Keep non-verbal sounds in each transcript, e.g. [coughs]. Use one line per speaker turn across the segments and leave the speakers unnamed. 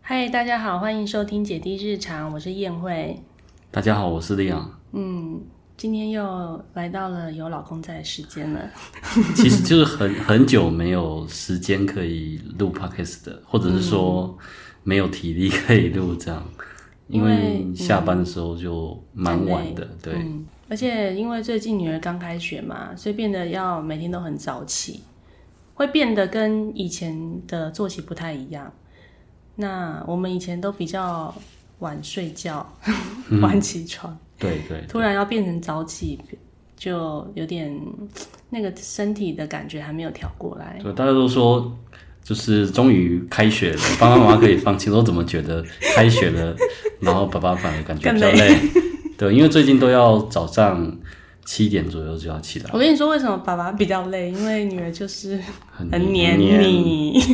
嗨，大家好，欢迎收听姐弟日常，我是燕慧。
大家好，我是利昂。
嗯，今天又来到了有老公在的时间了。
其实就是很很久没有时间可以录 podcast 的，或者是说没有体力可以录这样，嗯因为
因为
下班的时候就蛮晚的。对，
嗯，而且因为最近女儿刚开学嘛，所以变得要每天都很早起，会变得跟以前的作息不太一样。那我们以前都比较晚睡觉，晚起床，
对嗯对，
突然要变成早起，就有点那个身体的感觉还没有调过来。
对，大家都说就是终于开学了，爸爸妈妈可以放轻松，怎么觉得开学了，然后爸爸反而感觉比较累？对，因为最近都要早上七点左右就要起来，
我跟你说，为什么爸爸比较累？因为女儿就是很黏
黏
你。
[laughs]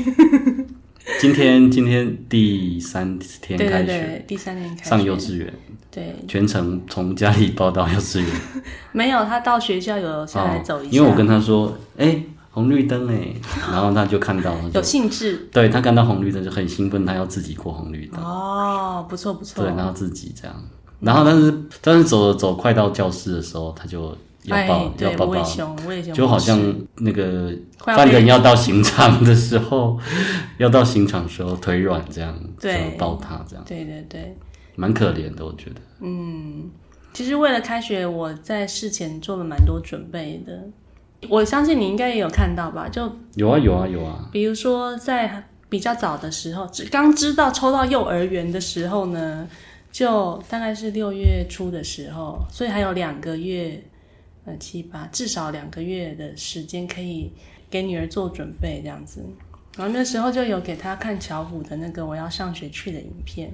今天今天第三
对
天
对
开学，
对，第三年开学
上幼稚园。
对，
全程从家里报到幼稚
[laughs]
园，
没有他到学校有下来走一
哦
下，
因为我跟他说，哎、红绿灯哎、 [laughs] 然后他就看到，他
有
就
兴致
对他看到红绿灯就很兴奋，他要自己过红绿灯，
哦，不错不错
对，，然后自己这样，然后但是但是走着走快到教室的时候，他就要
哎
抱、要
对，
抱
我也
抱，
凶，我也凶，
就好像那个
快要被
犯人要到刑场的时候， [laughs] 要到刑场的时候腿软这样，
对
就抱他这样，
对对对，
蛮可怜的，我觉得。
其实为了开学，我在事前做了蛮多准备的。我相信你应该也有看到吧？就
有啊有啊有啊，
比如说在比较早的时候，只刚知道抽到幼儿园的时候呢，就大概是六月初的时候，所以还有两个月，呃，七八至少两个月的时间可以给女儿做准备这样子。然后那时候就有给她看巧虎的那个我要上学去的影片，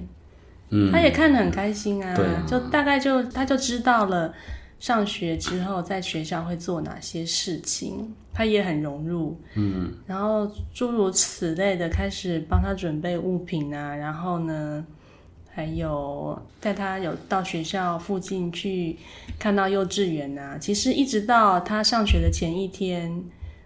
嗯，
她也看得很开心啊，
对啊
就大概就她就知道了上学之后在学校会做哪些事情，她也很融入，嗯，然后诸如此类的开始帮她准备物品啊，然后呢。还有带她有到学校附近去看到幼稚园啊，其实一直到她上学的前一天，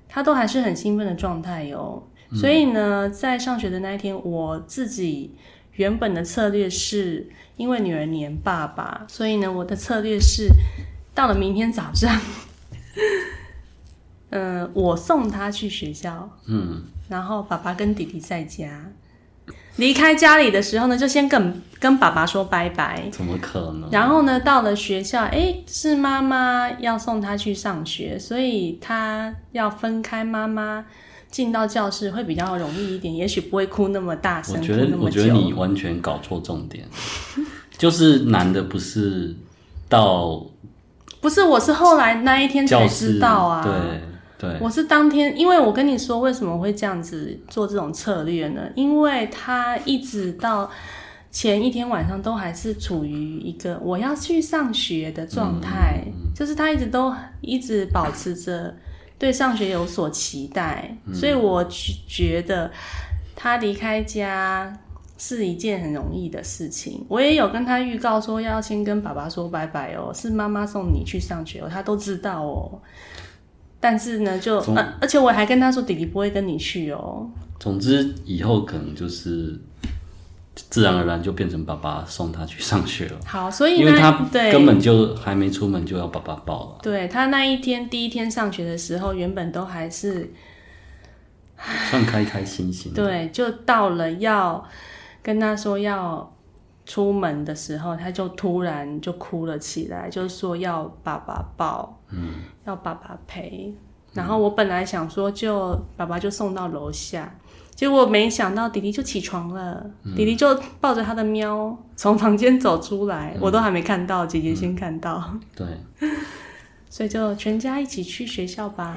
她都还是很兴奋的状态哟、
嗯
所以呢，在上学的那一天，我自己原本的策略是，因为女儿黏爸爸，所以呢，我的策略是，到了明天早上， [laughs] 嗯、我送她去学校，
嗯，
然后爸爸跟弟弟在家。离开家里的时候呢，就先跟跟爸爸说拜拜，
怎么可能？
然后呢，到了学校，诶，是妈妈要送他去上学，所以他要分开妈妈进到教室会比较容易一点，也许不会哭那么大声，
我
哭
觉
那
得，
么
我觉得
久。
你完全搞错重点， [laughs] 就是男的不是到
不是，我是后来那一天才
教室
知道啊。
对对，
我是当天，因为我跟你说为什么会这样子做这种策略呢？因为他一直到前一天晚上都还是处于一个我要去上学的状态，就是他一直都一直保持着对上学有所期待，所以我觉觉得他离开家。是一件很容易的事情，我也有跟他预告说要先跟爸爸说拜拜哦，是妈妈送你去上学哦，他都知道哦。但是呢，就、
总
呃、而且我还跟他说，弟弟不会跟你去哦。
总之以后可能就是自然而然就变成爸爸送他去上学了，
好，所以
因为
那
他
对
根本就还没出门就要爸爸抱了。
对他那一天第一天上学的时候，原本都还是
算开开心心的，
对，就到了要跟他说要出门的时候，他就突然就哭了起来，就说要爸爸抱，嗯，要爸爸陪。然后我本来想说就，爸爸就送到楼下，结果没想到弟弟就起床了，
嗯
弟弟就抱着他的喵从房间走出来，
嗯
我都还没看到，姐姐先看到，
对，嗯
所以就全家一起去学校吧。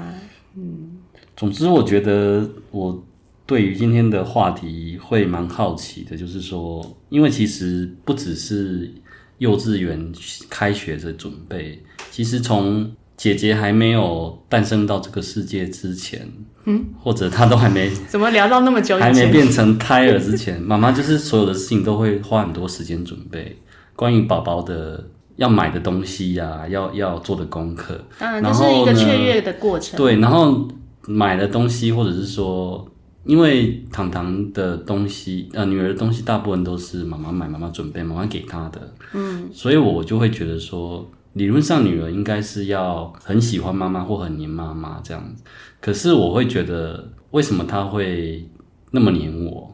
总之我觉得我对于今天的话题会蛮好奇的，就是说，因为其实不只是幼稚园开学的准备，其实从姐姐还没有诞生到这个世界之前，嗯，或者她都还没
怎么聊到那么久以
哎还
前？
没变成胎儿之前，妈妈就是所有的事情都会花很多时间准备，关于宝宝的要买的东西呀、要要做的功课，
嗯，
然
就是
后
一个
呢
雀跃的过程。
对，然后买的东西或者是说因为糖糖的东西，呃，女儿的东西大部分都是妈妈买、妈妈准备、妈妈给她的，嗯，所以我就会觉得说，理论上女儿应该是要很喜欢妈妈或很黏妈妈这样子，可是我会觉得，为什么她会那么黏我？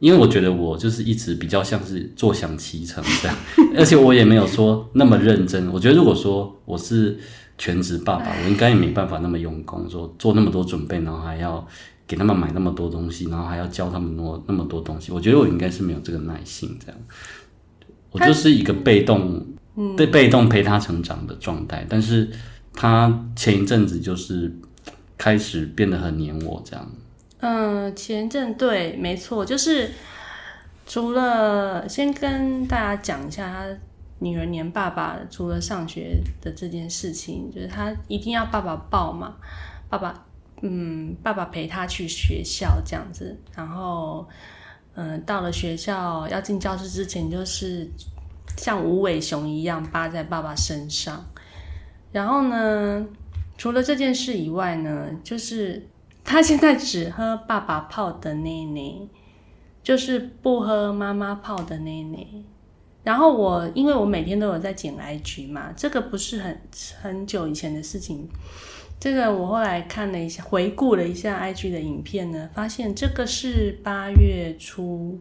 因为我觉得我就是一直比较像是坐享其成这样， [laughs] 而且我也没有说那么认真。我觉得如果说我是全职爸爸，我应该也没办法那么用功，说做那么多准备，然后还要给他们买那么多东西，然后还要教他们那那么多东西。我觉得我应该是没有这个耐性这样。我就是一个被动，
嗯
被被动陪他成长的状态。但是他前一阵子就是开始变得很黏我这样。
嗯，前阵对，没错，就是除了先跟大家讲一下他女儿黏爸爸，除了上学的这件事情，就是他一定要爸爸抱嘛，爸爸嗯，爸爸陪他去学校这样子，然后嗯，到了学校要进教室之前，就是像无尾熊一样扒在爸爸身上，然后呢，除了这件事以外呢，就是。他现在只喝爸爸泡的奶奶，就是不喝妈妈泡的奶奶。然后我因为我每天都有在剪 IG 嘛，这个不是很很久以前的事情。这个我后来看了一下，回顾了一下 IG 的影片呢，发现这个是八月初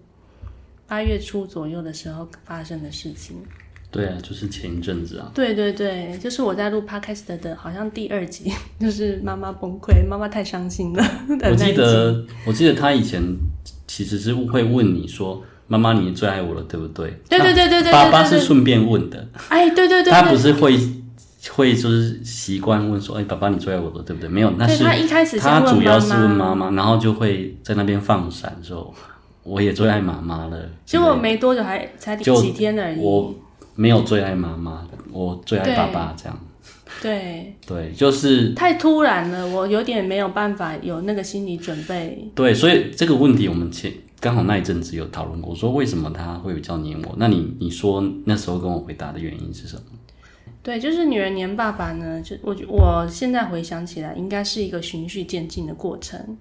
八月初左右的时候发生的事情。
对啊，就是前一阵子啊。
对对对，就是我在录 podcast 的的，好像第二集， [laughs] 就是妈妈崩溃，妈妈太伤心了。的那
我
一
记
集
得，我记得他以前其实是会问你说：“妈妈，你最爱我了，对不对？”
对对对对对对
爸爸
对对
是顺便问的，
哎，对对对
他不
对，
是会会就是习惯问说：“哎，爸爸，你最爱我了，对不对？”没有，那
对
是
他一开始先
他
问
主
妈
要是问
妈，
妈妈，然后就会在那边放闪说：“我也最爱妈妈了。”
结果没多久还才
就
几天而已。
我没有最爱妈妈，我最爱爸爸，这样
对，
对，就是
太突然了，我有点没有办法有那个心理准备。
对，所以这个问题我们前刚好那一阵子有讨论过，说为什么他会比较黏我？那你你说那时候跟我回答的原因是什么？
对，就是女人黏爸爸呢，就我觉我现在回想起来，应该是一个循序渐进的过程。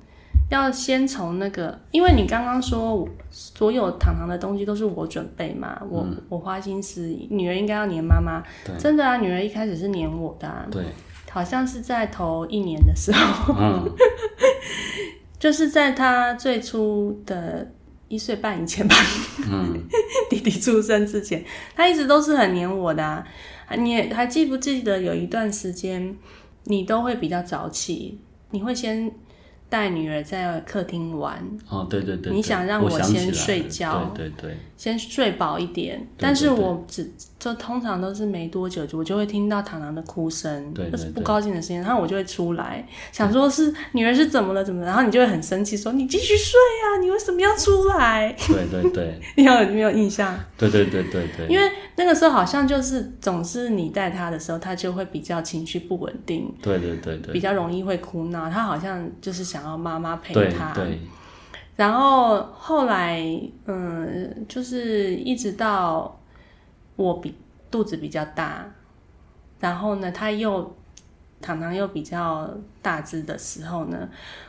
要先从那个，因为你刚刚说我所有糖糖的东西都是我准备嘛，我、
嗯
我花心思，女儿应该要黏妈妈，真的啊，女儿一开始是黏我的、啊，
对，
好像是在头一年的时候， [laughs]
嗯，
就是在他最初的一岁半以前吧， [laughs] 弟弟出生之前，他一直都是很黏我的、啊。你也还记不记得有一段时间，你都会比较早起，你会先带女儿在客厅玩，
哦，对对对对
你想让我
我想起来
先
了
睡觉
对对对，
先睡饱一点。
对
但是
对对
我只就通常都是没多久，我就会听到糖糖的哭声，
对对
就是不
对
高兴的声音，然后我就会出来，想说是女儿是怎么了怎么了，然后你就会很生气，说你继续睡啊，你为什么要出来？
对对对
你有没有印象？
对对对对对，
因为那个时候好像就是总是你带他的时候，他就会比较情绪不稳定，
对对对对
比较容易会哭闹。他好像就是想要妈妈陪
对
他。
对
然后后来，嗯，就是一直到我比肚子比较大，然后呢，他又糖糖又比较大只的时候呢，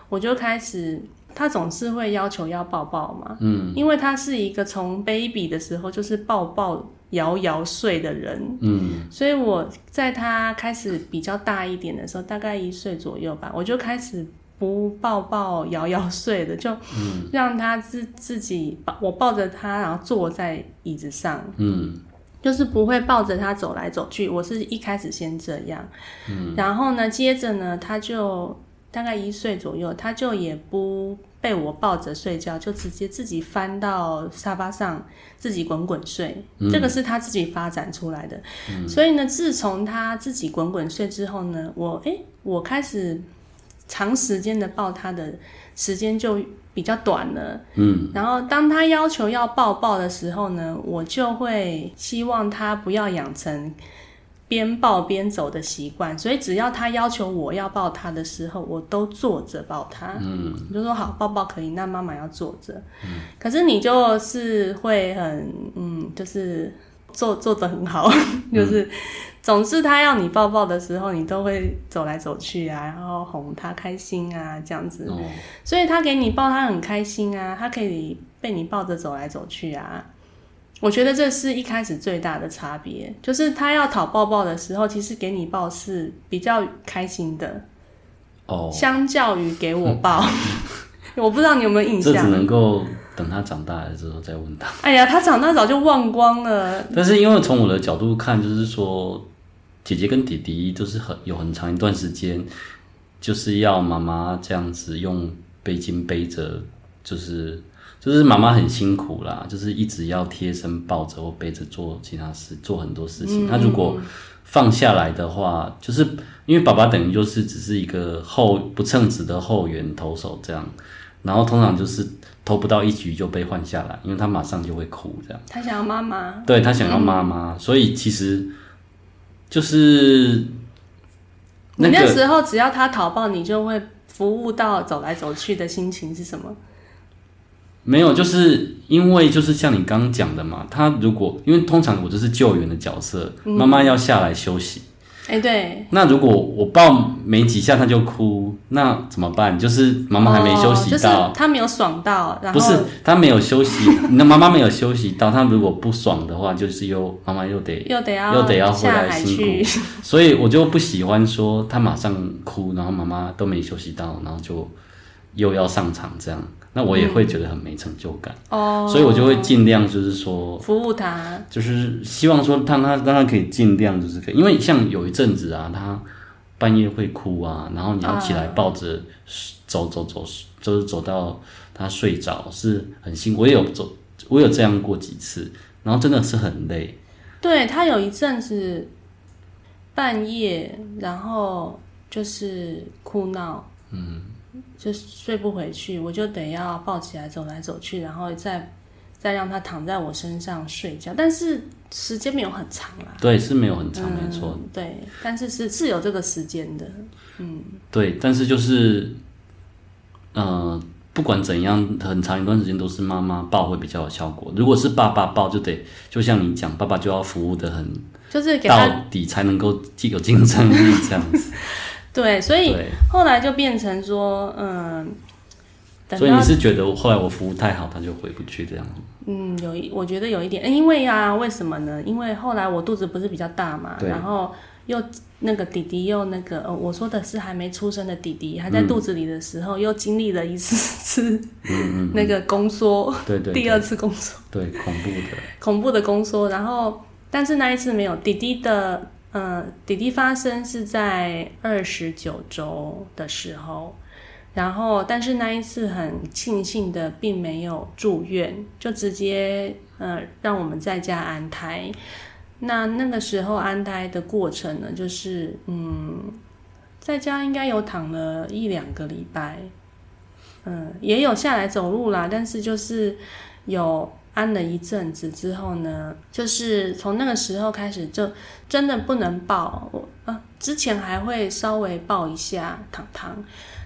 我就开始，他总是会要求要抱抱嘛，嗯，因为他是一个从 baby 的时候就是抱抱摇摇睡的人，
嗯，
所以我在他开始比较大一点的时候，大概一岁左右吧，我就开始不抱抱、摇摇睡的，就让他自自己抱我抱着他，然后坐在椅子上，
嗯
就是不会抱着他走来走去。我是一开始先这样，然后呢，接着呢，他就大概一岁左右，他就也不被我抱着睡觉，就直接自己翻到沙发上自己滚滚睡。这个是他自己发展出来的。所以呢，自从他自己滚滚睡之后呢，我诶，我开始长时间的抱他的时间就比较短了。
嗯，
然后当他要求要抱抱的时候呢，我就会希望他不要养成边抱边走的习惯，所以只要他要求我要抱他的时候，我都坐着抱他。嗯，我就说好，抱抱可以，那妈妈要坐着。可是你就是会很嗯，就是做做的很好，就是、总之他要你抱抱的时候，你都会走来走去啊，然后哄他开心啊，这样子。
哦，
所以他给你抱，他很开心啊，他可以被你抱着走来走去啊。我觉得这是一开始最大的差别，就是他要讨抱抱的时候，其实给你抱是比较开心的，
哦，
相较于给我
[laughs]
抱。我不知道你有没有印
这只
象？
能够等他长大了之后再问他。
哎呀，他长大早就忘光了。
但是因为从我的角度看，就是说，姐姐跟弟弟就是很有很长一段时间，就是要妈妈这样子用背巾背着，就是就是妈妈很辛苦啦，就是一直要贴身抱着或背着做其他事，做很多事情。那、如果放下来的话，就是因为爸爸等于就是只是一个后不称职的后援投手这样，然后通常就是投不到一局就被换下来，因为他马上就会哭这样。
他想要妈妈，
对他
嗯
想要妈妈，所以其实就是那
你那
个
时候只要他讨抱，你就会服务到走来走去的心情是什么？
没有，就是因为就是像你刚刚讲的嘛，他如果因为通常我就是救援的角色，
嗯
妈妈要下来休息。
哎、对，
那如果我抱没几下他就哭，那怎么办？就是妈妈还没休
哦
息
就是
到，
他没有爽到，然后
不是他没有休息，那妈妈没有休息到，他如果不爽的话，就是又妈妈又得
又得要
又得要回
下
来
海
辛苦
[laughs] 去，
所以我就不喜欢说他马上哭，然后妈妈都没休息到，然后就又要上场这样，那我也会觉得很没成就感。
哦，
所以我就会尽量就是说，
服务他，
就是希望说让他让他可以尽量就是可以，因为像有一阵子啊，他半夜会哭啊，然后你要起来抱着、走走走，就是走到他睡着是很辛苦，我也有走，我有这样过几次，然后真的是很累。
对他有一阵子半夜，然后就是哭闹，嗯，就睡不回去，我就得要抱起来走来走去，然后再再让他躺在我身上睡觉，但是时间没有很长啦。
对，是没有很长，没错。
嗯，对，但是是是有这个时间的，
对，但是就是，呃，不管怎样，很长一段时间都是妈妈抱会比较有效果。如果是爸爸抱，就得就像你讲，爸爸就要服务的很
就是给他
到底，才能够既有竞争力这样子。
对， [laughs] 所以
对，
后来就变成说，嗯，等
所以
到
你是觉得我后来我服务太好，他就回不去这样。
嗯，有一，我觉得有一点，因为啊，为什么呢？因为后来我肚子不是比较大嘛，
对
然后又那个弟弟又那个，呃，我说的是还没出生的弟弟，还在
嗯
肚子里的时候，又经历了一次 [laughs] 次那个宫缩，
嗯对对
第
对
二次宫缩，
对，恐怖的，
恐怖的宫缩。然后，但是那一次没有弟弟的，呃，弟弟发生是在二十九周的时候，然后但是那一次很庆幸的，并没有住院，就直接呃让我们在家安胎。那那个时候安胎的过程呢，就是嗯，在家应该有躺了一两个礼拜，嗯，也有下来走路啦，但是就是有安了一阵子之后呢，就是从那个时候开始就真的不能抱我啊，之前还会稍微抱一下糖糖，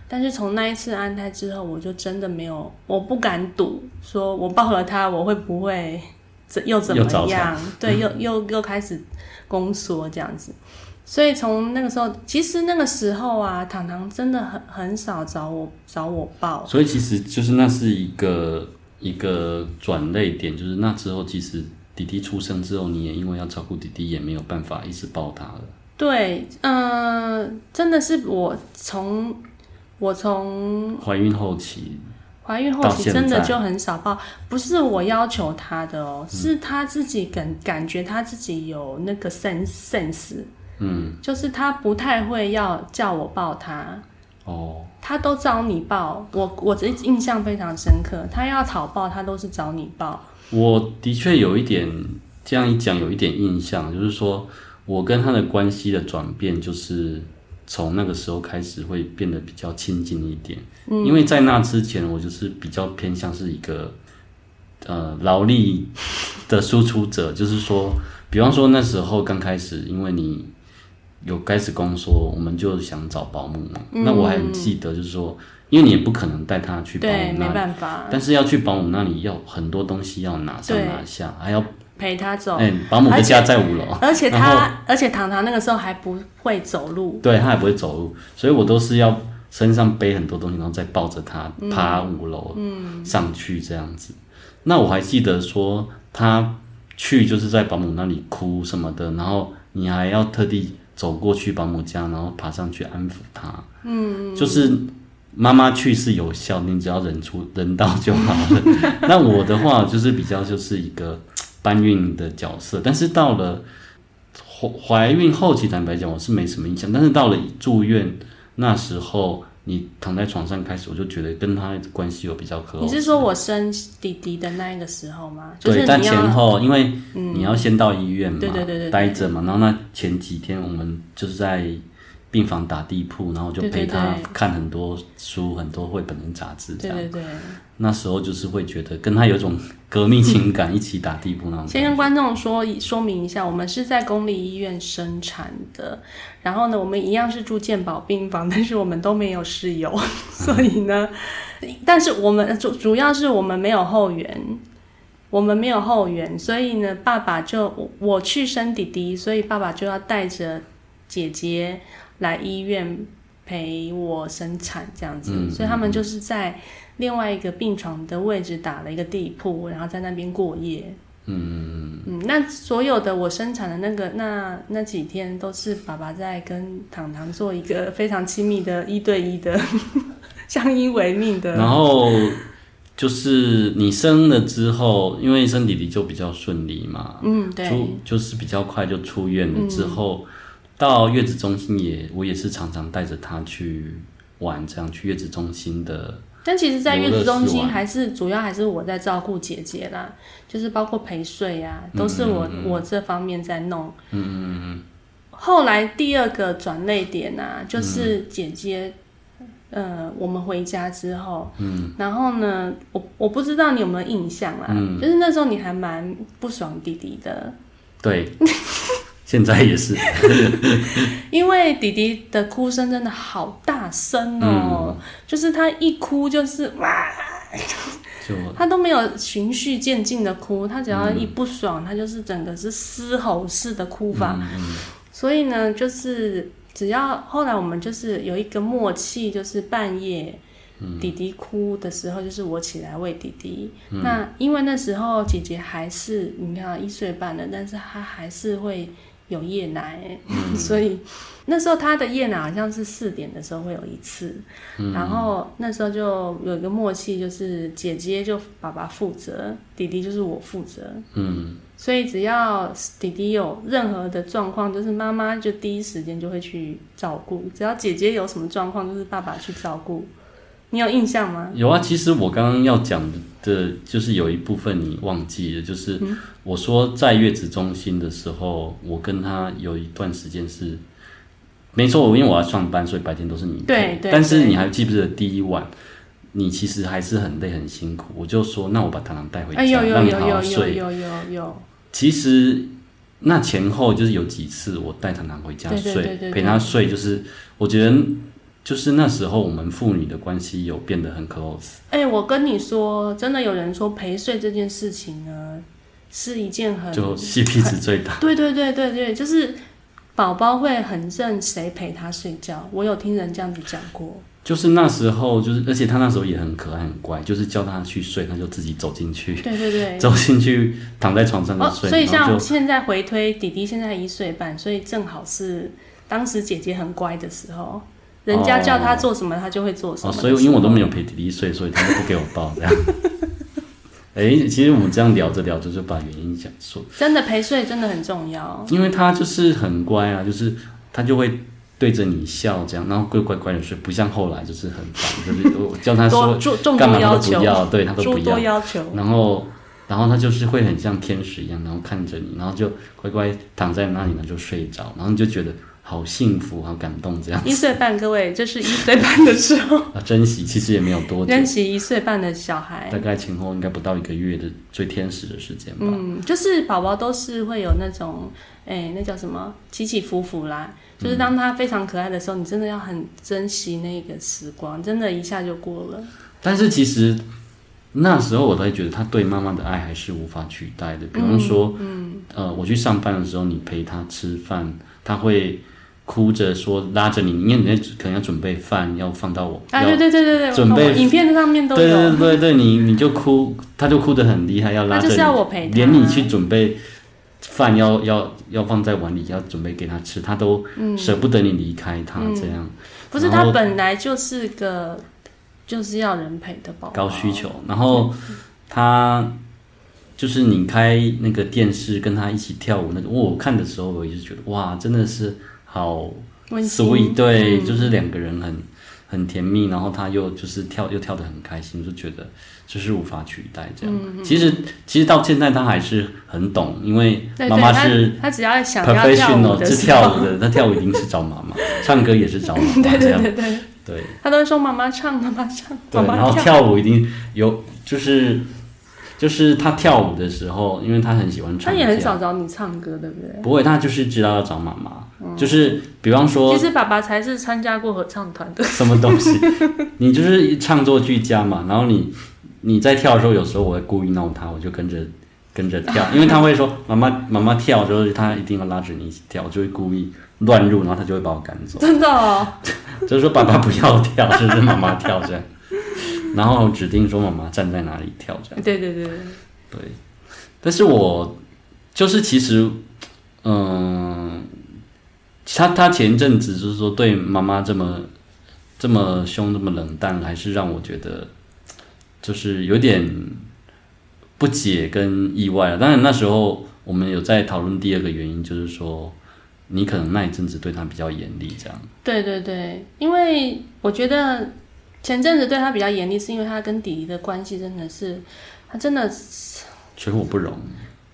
但是从那一次安胎之后，我就真的没有，我不敢赌，说我抱了他我会不会怎又怎
又早
么
产
样？对，又又又开始宫缩这样子。所以从那个时候，其实那个时候啊，糖糖真的很很少找我找我抱，
所以其实就是那是一个一个转捩点，就是那之后其实弟弟出生之后，你也因为要照顾弟弟，也没有办法一直抱他了。
对，嗯、真的是我从我从
怀孕后期，
怀孕后
到
期
现
真的
在
就很少抱，不是我要求他的哦，
嗯
是他自己感感觉他自己有那个 sense sense，嗯，就是他不太会要叫我抱他，
哦，
他都找你抱，我我这印象非常深刻，他要讨抱他都是找你抱，
我的确有一点这样一讲，有一点印象，就是说我跟他的关系的转变，就是从那个时候开始会变得比较亲近一点。
嗯
因为在那之前，我就是比较偏向是一个呃劳力的输出者，就是说，比方说那时候刚开始，因为你有开始工说，我们就想找保姆嘛。
嗯
那我还很记得，就是说，因为你也不可能带他去保
对，没
姆那里，
办法，
但是要去保姆那里要很多东西要拿上
对
拿下，还要
陪他走。
哎、保姆
而
的
且
家在五楼，
而且
哦然
他，而且糖糖那个时候还不会走路，
[laughs] 对他也不会走路，所以我都是要身上背很多东西，然后再抱着他爬五楼、上去这样子。那我还记得说他去就是在保姆那里哭什么的，然后你还要特地走过去保姆家，然后爬上去安抚他。嗯，就是妈妈去是有效，你只要人出人道就好了。
[laughs]
那我的话就是比较就是一个搬运的角色，但是到了。怀怀孕后期，坦白讲，我是没什么印象。但是到了住院那时候，你躺在床上开始，我就觉得跟他的关系有比较可
你
好。
是说我生弟弟的那一个时候吗？就是
对，但
你
前
要嗯
后因为你要先到医院嘛，
对对对对对
待着嘛。然后那前几天我们就是在病房打地铺，然后就
对对
陪他
对
看很多书、很多绘本跟杂志
对
这样。嗯
对对，
那时候就是会觉得跟他有一种革命情感，一起打地铺那种感觉。
先跟观众说说明一下，我们是在公立医院生产的，然后呢，我们一样是住健保病房，但是我们都没有室
[laughs]
友，所以呢，但是我们主主要是我们没有后援，我们没有后援，所以呢，爸爸就我我去生弟弟，所以爸爸就要带着姐姐来医院陪我生产这样子，
嗯
所以他们就是在另外一个病床的位置打了一个地铺，然后在那边过夜。嗯，那所有的我生产的那个那那几天，都是爸爸在跟糖糖做一个非常亲密的一对一的 [laughs] 相依为命的。
然后就是你生了之后，因为生弟弟就比较顺利嘛，
嗯，对，嗯
出就是比较快就出院了。之后、到月子中心也，我也是常常带着他去玩，这样去月子中心的，
但其实，在月子中
游乐室
心
玩
还是主要还是我在照顾姐姐啦，就是包括陪睡啊，都是我、我这方面在弄。嗯后来第二个转泪点啊，就是姐姐，呃，我们回家之后，嗯，然后呢，我我不知道你有没有印象啦，就是那时候你还蛮不爽弟弟的， [laughs]
对，现在也是，
因为弟弟的哭声真的好大声哦，就是他一哭就是哇。
就
他都没有循序渐进的哭，他只要一不爽，他就是整个是嘶吼式的哭法。所以呢，就是只要后来我们就是有一个默契，就是半夜。弟弟哭的时候，就是我起来喂弟弟。那因为那时候姐姐还是你看一岁半了，但是她还是会有夜奶， [laughs] 所以那时候她的夜奶好像是四点的时候会有一次。然后那时候就有一个默契，就是姐姐就爸爸负责，弟弟就是我负责。
嗯，
所以只要弟弟有任何的状况，就是妈妈就第一时间就会去照顾；只要姐姐有什么状况，就是爸爸去照顾。你有印象吗？
有啊。其实我刚刚要讲的，就是有一部分你忘记了，就是
嗯
我说在月子中心的时候，我跟他有一段时间是。没错，因为我要上班，所以白天都是你
对
陪
对
但是
对
你还记不记得第一晚，你其实还是很累很辛苦，我就说那我把糖糖带回家，
哎，有有
让
有
他好好
有有
睡。
有有有，
其实那前后就是有几次我带糖糖回家
对对
睡，
对对对
陪她睡，就是我觉得就是那时候我们父女的关系有变得很 close。
哎、我跟你说，真的有人说陪睡这件事情呢，是一件很
就 CP 值最大。 [laughs]
对对对对对，就是宝宝会很认谁陪他睡觉，我有听人这样子讲过。
就是那时候，就是而且她那时候也很可爱很乖，就是叫她去睡，她就自己走进去，
对对对。
走进去躺在床上
哦，
就睡，
所以
然后
像
就
现在回推，弟弟现在一岁半，所以正好是当时姐姐很乖的时候，人家叫他做什么，他就会做什么
哦，
的时
所
候。
以因为我都没有陪弟弟睡，所以他都不给我抱这样。 [laughs] 哎、其实我们这样聊着聊着就把原因讲出，
真的陪睡真的很重要。
因为他就是很乖啊，就是他就会对着你笑这样，然后会乖乖的睡，不像后来就是很烦，就是我叫
[laughs]
他
多
说
重重
干
度
嘛他
要
都不
求，
要，对他都不
诸多
要，
要
[laughs]
求。
然后然后他就是会很像天使一样，然后看着你，然后就乖乖躺在那里，然后就睡着，然后你就觉得好幸福，好感动这样
一岁半，各位，这是一岁半的时候，
啊，珍惜其实也没有多
[laughs]
久，
珍惜一岁半的小孩
大。概前后应该不到一个月的最天使的时间吧。
嗯，就是宝宝都是会有那种，哎、那叫什么起起伏伏啦。就是当他非常可爱的时候，你真的要很珍惜那个时光，真的一下就过了。
但是其实那时候我才觉得他对妈妈的爱还是无法取代的。比方说，嗯，呃，我去上班的时候，你陪他吃饭，他会哭着说拉着你，因为你在可能要准备饭要放到我，
啊，
要
对对对对对，
准备
我影片上面都
对
有，
对对对，你你就哭，他就哭得很厉害，要拉
那
着
就
你，
是要我陪他。
连你去准备饭要要要放在碗里，要准备给他吃，他都
嗯
舍不得你离开他这样。
不是
然
他
后
本来就是个就是要人陪的宝宝，啊嗯
高需求，然后他就是你开那个电视跟他一起跳舞那个，我看的时候我也是觉得哇，真的是好
温馨
sweet，对，就是两个人很很甜蜜，然后他又就是跳又跳得很开心，就觉得这是无法取代这样。
嗯
其实其实到现在他还是很懂，因为
对
妈妈
对
是
他他只要想要跳舞
professional
的
是
时候，
跳舞的，他跳舞一定是找妈妈，唱歌也是找妈妈
[laughs] 对
这
对
样，
对对，
对。
他都会说妈妈唱， [laughs] 妈妈唱，
对，
妈
然后
妈跳。
跳舞一定有，就是就是他跳舞的时候，因为他很喜欢
他
唱，
也很少，找你唱歌，对不对？
不会，他就是知道要找妈妈，
嗯
就是比方说
其实爸爸才是参加过合唱团的， [laughs]
什么东西，你就是唱作俱佳嘛，然后你你在跳的时候，有时候我会故意闹他，我就跟着。跟着跳，因为他会说妈妈妈妈跳，之后他一定要拉着你一起跳，我就会故意乱入，然后他就会把我赶走，
真的哦。
就是说爸爸不要跳，就是妈妈跳这样，然后指定说妈妈站在哪里跳这样。
对对对对，
对，但是我就是其实，嗯、他他前一阵子就是说对妈妈这么这么凶、这么冷淡，还是让我觉得就是有点不解跟意外啊了。当然那时候我们有在讨论第二个原因，就是说你可能那一阵子对他比较严厉，这样。
对对对，因为我觉得前阵子对他比较严厉，是因为他跟弟弟的关系真的是，他真的
水火不容，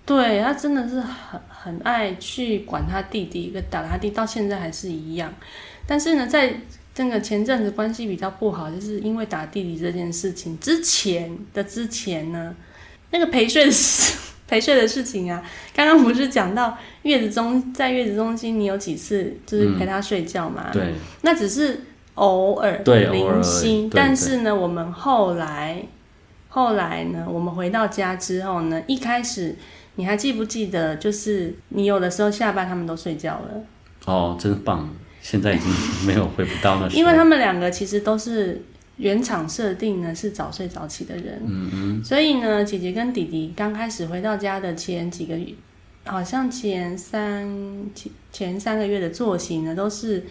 对他真的是很很爱去管他弟弟，跟打他弟，到现在还是一样。但是呢，在这个前阵子关系比较不好，就是因为打弟弟这件事情之前的之前呢，那个陪睡的事 [laughs] 陪睡的事情啊，刚刚不是讲到月子中在月子中心，你有几次就是陪他睡觉嘛？
对，
那只是偶尔
对偶尔
零星
对，
但是呢，我们后来后来呢，我们回到家之后呢，一开始你还记不记得，就是你有的时候下班他们都睡觉了，
哦，真棒，现在已经没有回不到那时候，
因为他们两个其实都是。原厂设定呢是早睡早起的人，嗯嗯，所以呢，姐姐跟弟弟刚开始回到家的前几个月，好像前三前前三个月的作息呢，都是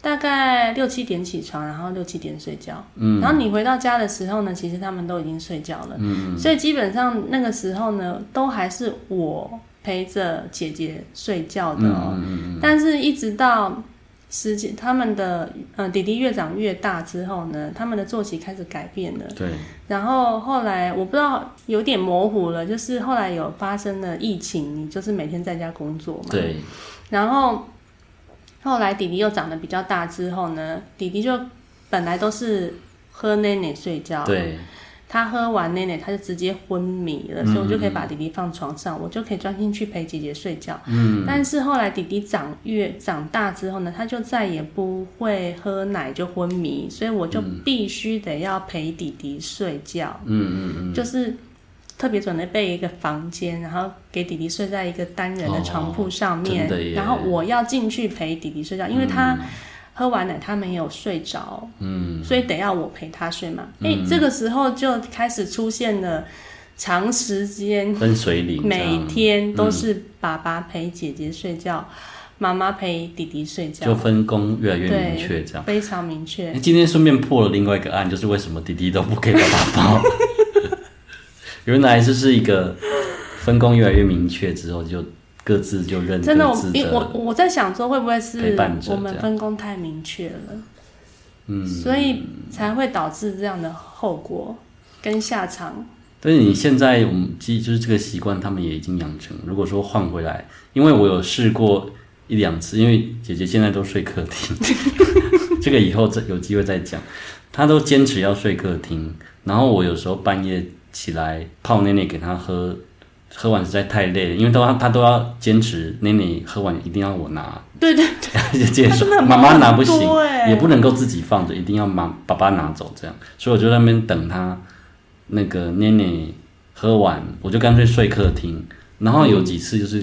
大概六七点起床，然后六七点睡觉。嗯，然后你回到家的时候呢，其实他们都已经睡觉了。嗯，所以基本上那个时候呢，都还是我陪着姐姐睡觉的哦。
嗯
但是，一直到时间他们的呃弟弟越长越大之后呢，他们的作息开始改变了。
嗯对。
然后后来我不知道有点模糊了，就是后来有发生了疫情，你就是每天在家工作嘛。
对，
然后后来弟弟又长得比较大之后呢，弟弟就本来都是喝奶奶睡觉，
对，
他喝完奶奶他就直接昏迷了，所以我就可以把弟弟放床上，我就可以专心去陪姐姐睡觉。嗯，但是后来弟弟长越长大之后呢，他就再也不会喝奶就昏迷，所以我就必须得要陪弟弟睡觉。
嗯嗯嗯，
就是特别准备备一个房间，然后给弟弟睡在一个单人的床铺上面，
哦真的耶嗯
然后我要进去陪弟弟睡觉，因为他喝完奶他没有睡着，嗯，所以得要我陪他睡嘛。
嗯
哎、这个时候就开始出现了长时间
跟嗯水里这
每
样
天都是爸爸陪姐姐睡觉，妈妈陪弟弟睡
就
觉，
分工越来越
对，
明确这样。
非常明确。
今天顺便破了另外一个案，就是为什么弟弟都不给爸爸抱， [laughs] 原来这是一个分工越来越明确之后，就各自就认
真的，
各
我
自
因为我
的。
我在想说，会不会
陪
是
伴者
我们
这样
分工太明确了，嗯，所以才会导致这样的后果跟下场。
但是你现在我们其实就是这个习惯，他们也已经养成。如果说换回来，因为我有试过一两次，因为姐姐现在都睡客厅， [laughs] 这个以后再有机会再讲。她都坚持要睡客厅，然后我有时候半夜起来泡奶奶给她喝，喝完实在太累了，因为都要她都要坚持奶奶喝完一定要我拿，
对对，
姐姐说
她真的很
妈妈拿不行
忙很多，欸
也不能够自己放着，一定要妈爸爸拿走这样，所以我就在那边等她那个奶奶喝完，我就干脆睡客厅。然后有几次就是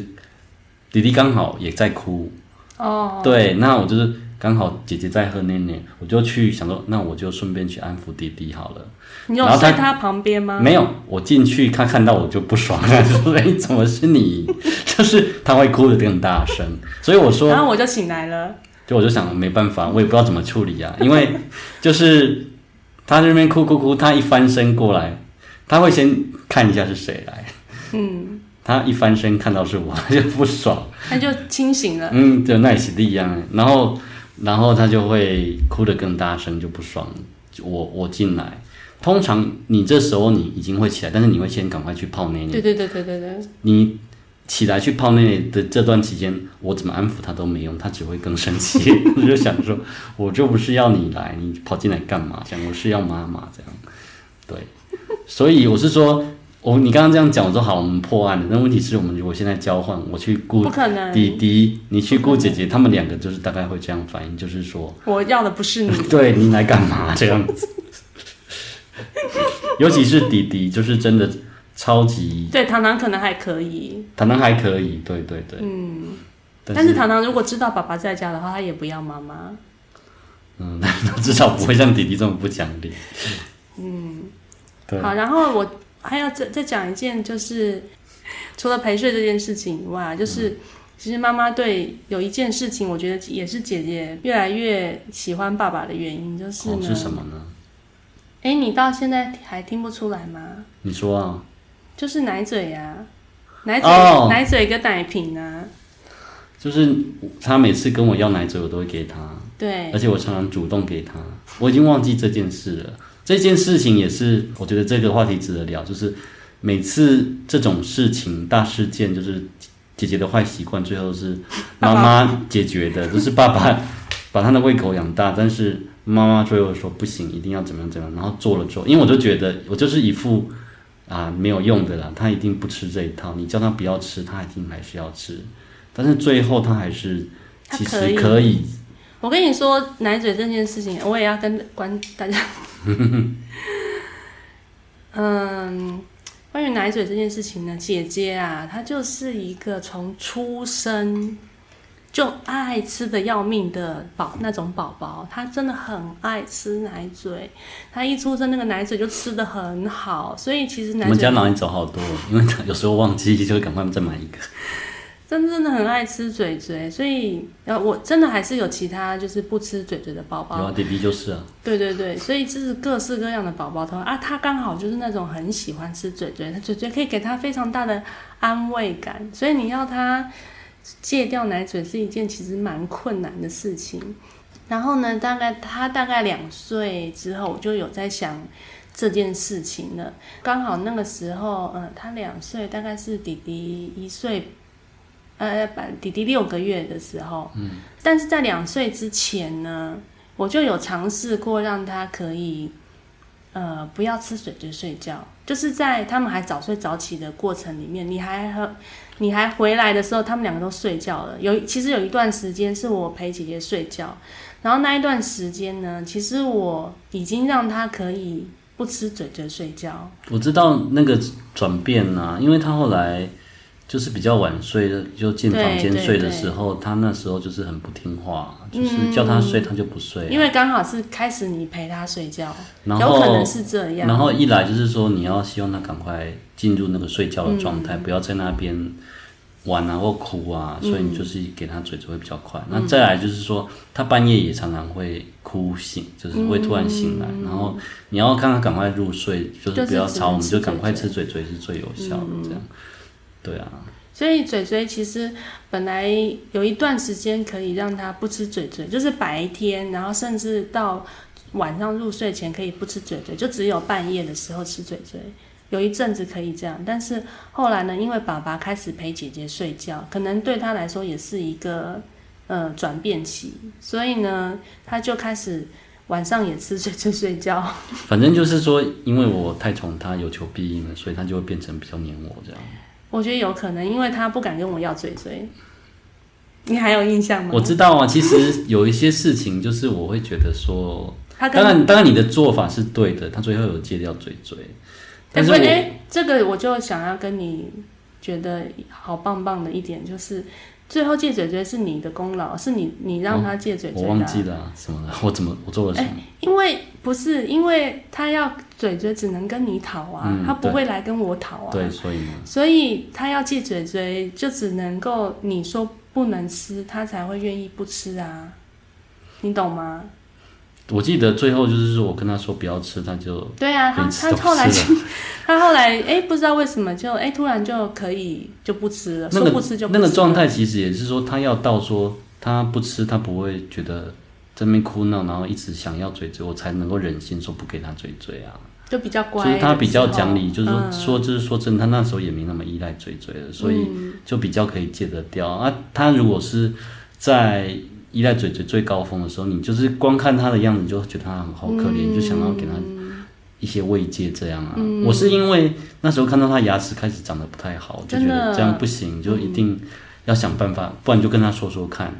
弟弟刚好也在哭，
哦，
对，那我就是刚好姐姐在喝奶奶，我就去想说，那我就顺便去安抚弟弟好了。
你有
然后
睡
他
他旁边吗？
没有，我进去他看到我就不爽了， [laughs] 说：“哎，怎么是你？” [laughs] 就是他会哭得更大声，所以我说，
然后我就醒来了。
就我就想没办法，我也不知道怎么处理啊， [laughs] 因为就是他在那边哭哭哭，他一翻身过来，他会先看一下是谁来，嗯，他一翻身看到是我，他就不爽。
他就清醒了，
嗯，对，那也是一样。然后，然后他就会哭得更大声，就不爽。我我进来，通常你这时候你已经会起来，但是你会先赶快去泡奶奶。
对对对对对对，
你起来去泡奶奶的这段期间，我怎么安抚他都没用，他只会更生气。我就想说，我就不是要你来，你跑进来干嘛？想我是要妈妈这样。对，所以我是说，我你刚刚这样讲，我说好，我们破案了。但问题是我们如果现在交换，我去顾
不可能，
弟弟，你去顾姐姐，他们两个就是大概会这样反应，就是说，
我要的不是
[laughs]
你，
对你来干嘛这样子。 [laughs] 尤其是弟弟，就是真的超级，
对糖糖可能还可以，
可能还可以，对对对，
嗯，
但
但
是
是糖糖如果知道爸爸在家的话，他也不要妈妈，
嗯， [laughs] 至少不会像弟弟这么不讲理。嗯，
好，然后我还要再再讲一件，就是 [laughs] 除了陪睡这件事情以外啊，就是、
嗯
其实妈妈对有一件事情，我觉得也是姐姐越来越喜欢爸爸的原因，就
对，
是
哦，
呢，
是什么呢？
哎、你到现在还听不出来吗？
你说啊，
就是奶嘴呀、奶嘴、
哦
奶嘴跟奶瓶啊，
就是他每次跟我要奶嘴，我都会给他，
对
而且我常常主动给他。我已经忘记这件事了。这件事情也是，我觉得这个话题值得聊，就是每次这种事情、大事件，就是姐姐的坏习惯，最后是妈妈解决的，就是爸爸 [laughs] 把他的胃口养大，但是妈妈最后说不行，一定要怎么样怎么样，然后做了之后，因为我就觉得我就是一副啊没有用的啦，他一定不吃这一套，你叫他不要吃，他一定还是要吃，但是最后他还是
他
其
可
实
以
可以
我跟你说，奶嘴这件事情，我也要跟关大
[laughs]
家。嗯，关于奶嘴这件事情呢，姐姐啊，她就是一个从出生就爱吃的要命的宝那种宝宝，她真的很爱吃奶嘴，她一出生那个奶嘴就吃的很好，所以其实
我
奶
们家
嘴
老人走好多，因为他有时候忘记，就会赶快再买一个。
真真的很爱吃嘴嘴，所以呃，我真的还是有其他就是不吃嘴嘴的宝宝
有啊，弟弟就是啊，
对对对，所以就是各式各样的宝宝都啊，他刚好就是那种很喜欢吃嘴嘴，他嘴嘴可以给他非常大的安慰感，所以你要他戒掉奶嘴是一件其实蛮困难的事情。然后呢，大概他大概两岁之后，我就有在想这件事情了。刚好那个时候，嗯、他两岁，大概是弟弟一岁，呃，不弟弟六个月的时候，嗯，但是在两岁之前呢，我就有尝试过让他可以，呃，不要吃水就睡觉，就是在他们还早睡早起的过程里面，你还和你还回来的时候，他们两个都睡觉了。有其实有一段时间是我陪姐姐睡觉，然后那一段时间呢，其实我已经让他可以不吃嘴嘴睡觉，
我知道那个转变啊，因为他后来就是比较晚睡，就进房
对
间
对
睡的
对
时候，他那时候就是很不听话，
嗯
就是叫他睡他就不睡啊、
因为刚好是开始你陪他睡觉，
然
有可
后
能是这样。
然后一来就是说你要希望他赶快进入那个睡觉的状
嗯
态，不要在那边玩啊或哭啊，所以你就是给他嘴嘴会比较
嗯
快。那再来就是说他半夜也常常会哭醒，就是会突然醒来，
嗯
然后你要看他赶快入睡，就是
就是
不要
只
吵，我
能
们
吃
就
嘴
赶快吃嘴嘴是最有效的
嗯
这样。对啊，
所以嘴嘴其实本来有一段时间可以让他不吃嘴嘴，就是白天，然后甚至到晚上入睡前可以不吃嘴嘴，就只有半夜的时候吃嘴嘴。有一阵子可以这样，但是后来呢，因为爸爸开始陪姐姐睡觉，可能对他来说也是一个呃转变期，所以呢，他就开始晚上也吃睡睡睡觉。
反正就是说，因为我太宠他，有求必应了，所以他就会变成比较黏我这样。
我觉得有可能，因为他不敢跟我要嘴嘴。你还有印象吗？
我知道啊，其实有一些事情，就是我会觉得说，
他
当
跟
然，当然你的做法是对的，他最后有戒掉嘴嘴，
哎
但是
不
我嗯
哎、这个我就想要跟你觉得好棒棒的一点就是，最后戒嘴嘴是你的功劳，是你你让他戒嘴嘴的
我
啊、哎
忘记了啊什么了，我怎么我做了什么？
因为不是因为他要嘴嘴只能跟你讨啊，
嗯
他不
对
会来跟我讨啊，
对，所以呢，
所以他要戒嘴嘴就只能够你说不能吃，他才会愿意不吃啊，你懂吗？
我记得最后就是我跟他说不要吃，他就
对啊，他
连吃
他
哦都
后
不
来
吃了。
[laughs] 他后来哎、不知道为什么就哎、突然就可以就不吃了，
那
说不吃
个
就不吃
那个状
了
态其实也是说，他要到说他不吃，他不会觉得在那边哭闹，然后一直想要嘴嘴，我才能够忍心说不给他嘴嘴啊。
就比较乖
就
的时候，
是他比较讲理，就是说
嗯
说就是说真的，他那时候也没那么依赖嘴嘴了，所以
嗯
就比较可以戒得掉啊。他如果是在依赖嘴嘴最高峰的时候，你就是光看他的样子，你就觉得他很好可怜，就想要给他
嗯
一些慰藉这样啊。我是因为那时候看到他牙齿开始长得不太好，就觉
真的嗯
得这样不行，就一定要想办法，不然就跟他说说看。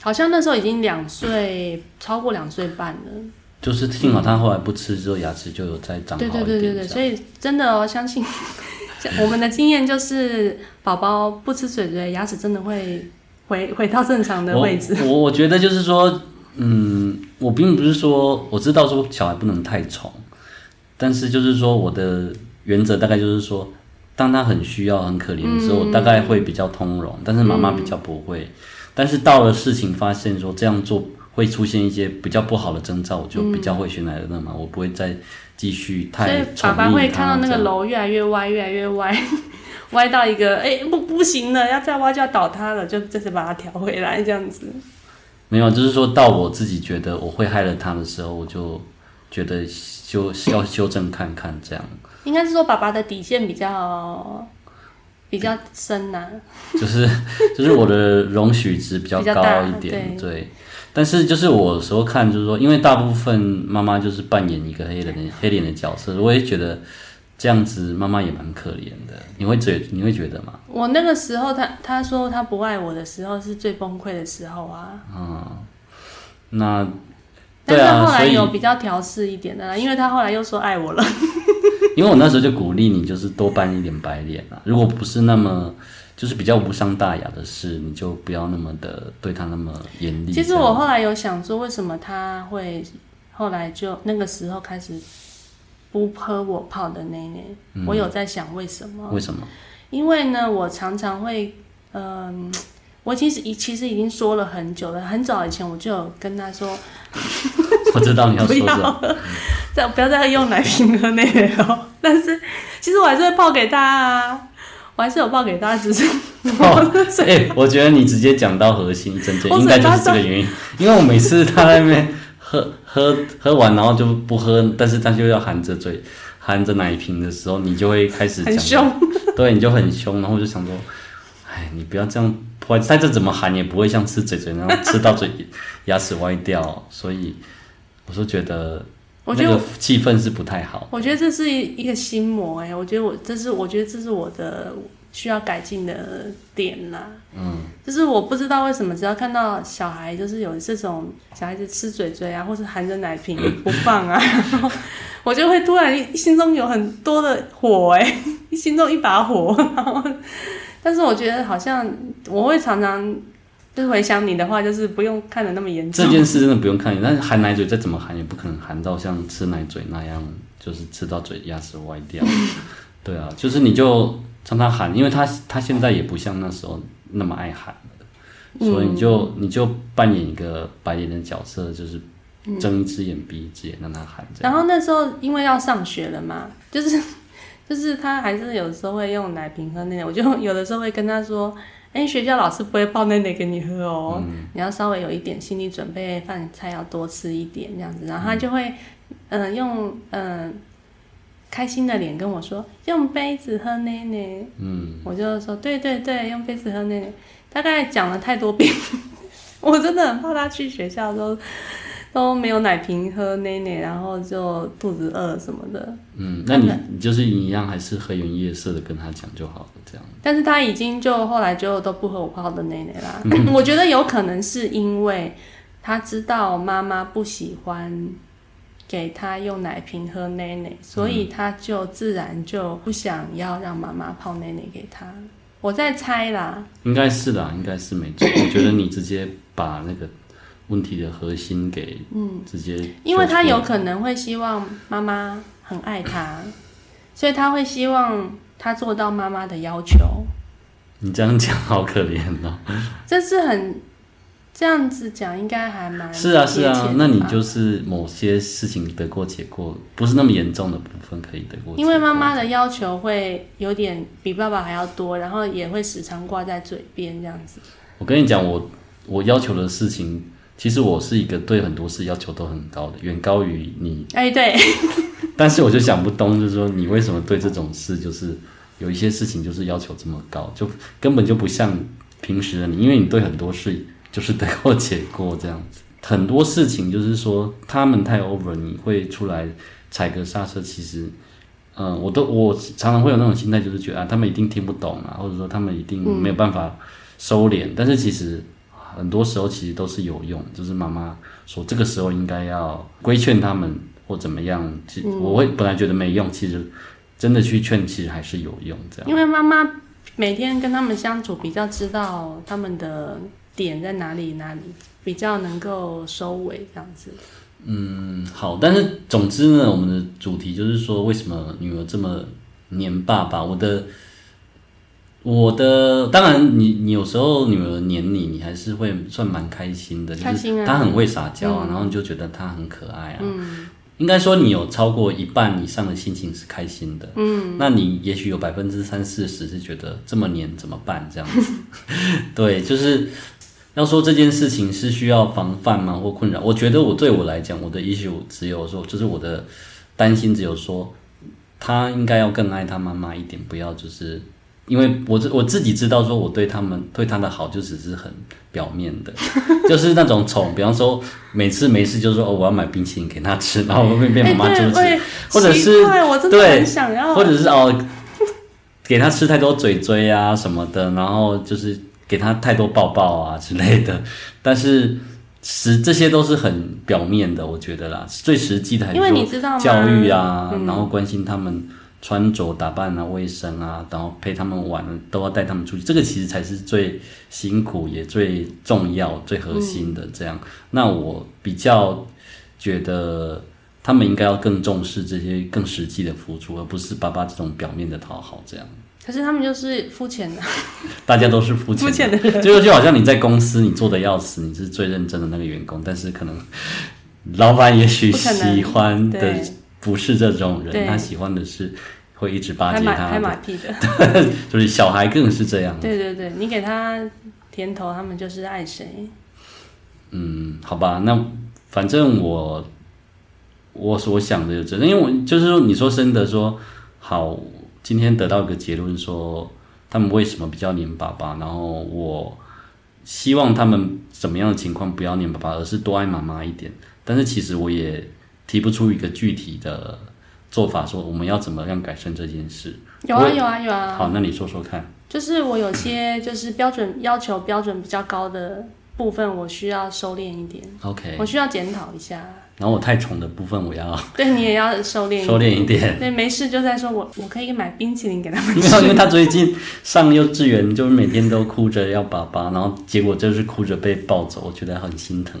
好像那时候已经两岁，超过两岁半了。
就是幸好他后来不吃之后，牙齿就有再长好
对
一
对
点。
对对对，所以真的哦，相信 [laughs] 我们的经验就是，宝宝不吃嘴嘴，牙齿真的会回回到正常的位置。
我我我觉得就是说，嗯，我并不是说我知道说小孩不能太宠，但是就是说我的原则大概就是说，当他很需要、很可怜的时候，我大概会比较通融，但是妈妈比较不会。但是到了事情发现说这样做会出现一些比较不好的征兆，我就比较会选奶的嘛，我不会再继续
嗯所以
哦太宠溺
爸
他。
爸会看到那
这
个
样
楼越来越歪，越来越歪， [laughs] 歪到一个哎、不不行了，要再挖就要倒塌了，就这次把它调回来这样子。
没有，就是说到我自己觉得我会害了他的时候，我就觉得修要修正看看这样。 [laughs]
应该是说爸爸的底线比较比较深啊呐、
就是就是我的容许值比较高一点，
比较大对
对。但是就是我有时候看，就是说，因为大部分妈妈就是扮演一个黑人的黑脸的角色，我也觉得这样子妈妈也蛮可怜的。你会觉你会觉得吗？
我那个时候他，他说他不爱我的时候是最崩溃的时候啊。
嗯那
但
对
是
啊
后来
所以
有比较调试一点的啦，因为他后来又说爱我了。
[laughs] 因为我那时候就鼓励你，就是多扮一点白脸啊。如果不是那么就是比较无伤大雅的事，你就不要那么的对他那么严 [laughs] 厉。
其实
这样
我后来有想说，为什么他会后来就那个时候开始不喝我泡的奶奶？
嗯
我有在想为什么？
为什么？
因为呢，我常常会，嗯、我其实其实已经说了很久了，很早以前我就有跟他说，
我知道你要
不
说什
要 [laughs]
么。
了，再不要再用奶瓶喝那个哦。但是其实我还是会泡给他啊，我还是有泡给他，只是
哦，
[laughs]
哎、我觉得你直接讲到核心，真正
我
应
嘴
该就
巴
是这个原因。因为我每次他在那边喝 [laughs] 喝喝完，然后就不喝，但是他就要含着嘴含着奶瓶的时候，你就会开始
很
讲，
凶。
[laughs] 对，你就很凶，然后我就想说，哎，你不要这样破坏，他这怎么含也不会像吃嘴嘴那样吃到嘴牙齿歪掉，所以我是觉得
我
那
觉得
个气氛是不太好。
我觉得这是一个心魔哎、我觉得我这是我觉得这是我的需要改进的点啦。嗯，就是我不知道为什么，只要看到小孩就是有这种小孩子吃嘴嘴啊，或是含着奶瓶不放啊， [laughs] 然后我就会突然心中有很多的火哎、心中一把火。 [laughs] 然后，但是我觉得好像我会常常就是回想你的话，就是不用看得那么严重
这。件事真的不用看，但是含奶嘴再怎么含也不可能含到像吃奶嘴那样，就是吃到嘴牙齿歪掉。 [laughs] 对啊，就是你就让他含，因为他他现在也不像那时候那么爱喊了，所以你就、
嗯
你就扮演一个白脸的角色，就是睁一只眼闭一只眼让他喊这
然
样。
后那时候因为要上学了嘛， [laughs] 就是就是他还是有时候会用奶瓶喝奶奶，我就有的时候会跟他说。哎，学校老师不会泡奶奶给你喝哦，
嗯
你要稍微有一点心理准备，饭菜要多吃一点这样子，然后他就会，嗯、用嗯、呃开心的脸跟我说，用杯子喝奶奶，
嗯，
我就说对对对，用杯子喝奶奶，大概讲了太多遍， [laughs] 我真的很怕他去学校都都没有奶瓶喝奶奶，然后就肚子饿什么的。
嗯，那你你就是一样，还是和颜悦色的跟他讲就好了，这样。
但是他已经就后来就都不喝我泡的奶奶啦。 [laughs] 我觉得有可能是因为他知道妈妈不喜欢给他用奶瓶喝奶奶，所以他就自然就不想要让妈妈泡奶奶给他。我在猜啦，
应该是啦，应该是没
[coughs]
错。我觉得你直接把那个问题的核心给嗯直接说出来，
因为他有可能会希望妈妈很爱他，所以他会希望他做到妈妈的要求。
你这样讲好可怜
[laughs]
哦。
这是很这样子讲，应该还蛮
是啊是
贴切
啊
的，
那你
吧
就是某些事情得过且过，不是那么严重的部分可以得过且过。
因为妈妈的要求会有点比爸爸还要多，然后也会时常挂在嘴边这样子。
我跟你讲，我我要求的事情，其实我是一个对很多事要求都很高的，远高于你。 [laughs]
哎，对，
但是我就想不通，就是说你为什么对这种事，就是有一些事情就是要求这么高，就根本就不像平时的你，因为你对很多事就是得过且过这样子。很多事情就是说他们太 over，你会出来踩个刹车，其实。嗯，我都我常常会有那种心态，就是觉得啊，他们一定听不懂啊，或者说他们一定没有办法收敛。但是其实很多时候其实都是有用，就是妈妈说这个时候应该要规劝他们或怎么样。其我会本来觉得没用，其实真的去劝，其实还是有用这样。
因为妈妈每天跟他们相处，比较知道他们的点在哪里哪里，比较能够收尾这样子。
嗯，好。但是总之呢，我们的主题就是说，为什么女儿这么黏爸爸？我的。我的当然你，你有时候女儿黏你，你还是会算蛮开心的，
开
就
心
是
啊
她很会撒娇啊，然后你就觉得她很可爱啊。
嗯
应该说你有超过一半以上的心情是开心的，嗯，那你也许有百分之三四十是觉得这么黏怎么办这样子， [laughs] 对，就是要说这件事情是需要防范吗或困扰？我觉得我对我来讲，我的 issue 只有说，就是我的担心只有说，他应该要更爱他妈妈一点，不要就是。因为我自我自己知道，说我对他们对他的好就只是很表面的， [laughs] 就是那种宠，比方说每次没事就说哦我要买冰淇淋给他吃，然后 [laughs] 我会被
哎，
妈妈
对，
阻
我也
止，或者是
奇怪我真的
对
很想要，
或者是哦给他吃太多嘴嘴啊什么的，然后就是给他太多抱抱啊之类的，但是实这些都是很表面的，我觉得啦，最实际的还是
因为
说
你知道吗嗯
教育啊，然后关心他们穿着打扮啊、卫生啊，然后陪他们玩，都要带他们出去，这个其实才是最辛苦也最重要、最核心
嗯
的。这样，那我比较觉得他们应该要更重视这些更实际的付出，而不是爸爸这种表面的讨好。这样，
可是他们就是肤浅的，
[laughs] 大家都是肤浅
肤
的
浅的人。
就就好像你在公司你做的要死，你是最认真的那个员工，但是可能老板也许
不可能
喜欢的
对
不是这种人，
对
他喜欢的是会一直巴
拍
结
马拍
他
马
的，嗯
屁的，
[laughs] 就是小孩更是这样。
对对对，你给他甜头，他们就是爱谁。
嗯，好吧，那反正我我所想的就真的，因为我就是说，你说真的说好，今天得到一个结论说他们为什么比较黏爸爸，然后我希望他们怎么样的情况不要黏爸爸，而是多爱妈妈一点。但是其实我也提不出一个具体的做法，说我们要怎么样改善这件事。
有啊有啊有啊，
好，那你说说看。
就是我有
嗯
些就是标准要求标准比较高的部分，我需要收敛一点，
OK，
我需要检讨一下。
然后我太宠的部分我要
对你也要收敛，
收敛一点。
对，没事就在说我我可以买冰淇淋给他们
没有，因
吃。
为他最近上幼稚园，就是每天都哭着要爸爸，然后结果就是哭着被抱走，我觉得很心疼。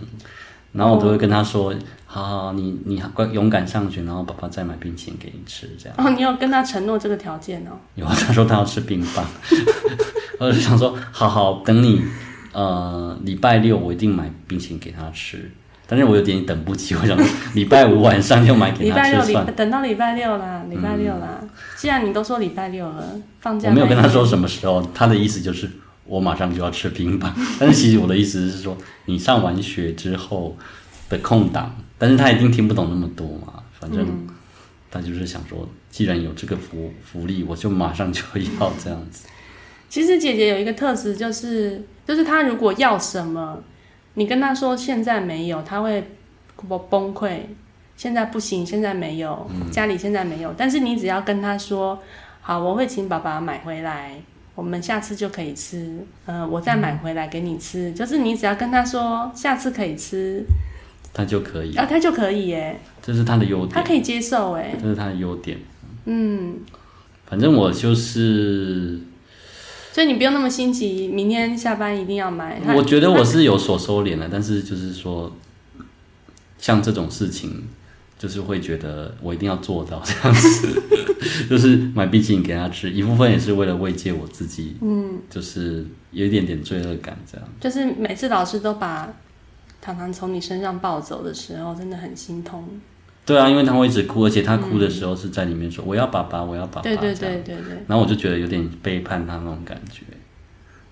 然后我都会跟他说：“好好，你你乖勇敢上学，然后爸爸再买冰淇淋给你吃。”这样。
哦，你有跟他承诺这个条件哦，
有，他说他要吃冰棒，我就想说：“好好，等你呃礼拜六我一定买冰淇淋给他吃。”但是我有点等不及，我想说礼拜五晚上就买给
礼
他
拜
吃
六
算嗯
礼
了。
等到礼拜六啦，礼拜六啦。既然你都说礼拜六了，放假
我没有
那一
跟他
天
说什么时候，他的意思就是我马上就要吃冰棒。 [laughs] 但是其实我的意思是说，你上完学之后的空档，但是他一定听不懂那么多嘛。反正
嗯
他就是想说，既然有这个福福利，我就马上就要这样子。 [laughs]
其实姐姐有一个特质，就是就是她如果要什么，你跟他说现在没有，他会崩崩溃。现在不行，现在没有，
嗯
家里现在没有。但是你只要跟他说，好，我会请爸爸买回来，我们下次就可以吃。呃，我再买回来给你吃，就是你只要跟他说下次可以吃，
他就可以，
啊，他就可以耶，
这是他的优
他
点，
可以接受哎。
这是他的优点。
嗯，
反正我就是，
所以你不用那么心急，明天下班一定要买。他
我觉得我是有所收敛的，但是就是说，像这种事情，就是会觉得我一定要做到这样子， [laughs] 就是买冰淇淋给他吃，一部分也是为了慰藉我自己，嗯，就是有一点点罪恶感这样。
就是每次老师都把糖糖从你身上抱走的时候，真的很心痛。
对啊，因为他会一直哭，而且他哭的时候是在里面说“我要爸爸，我要爸爸”，
嗯对对
这样
对对对，
然后我就觉得有点背叛他那种感觉。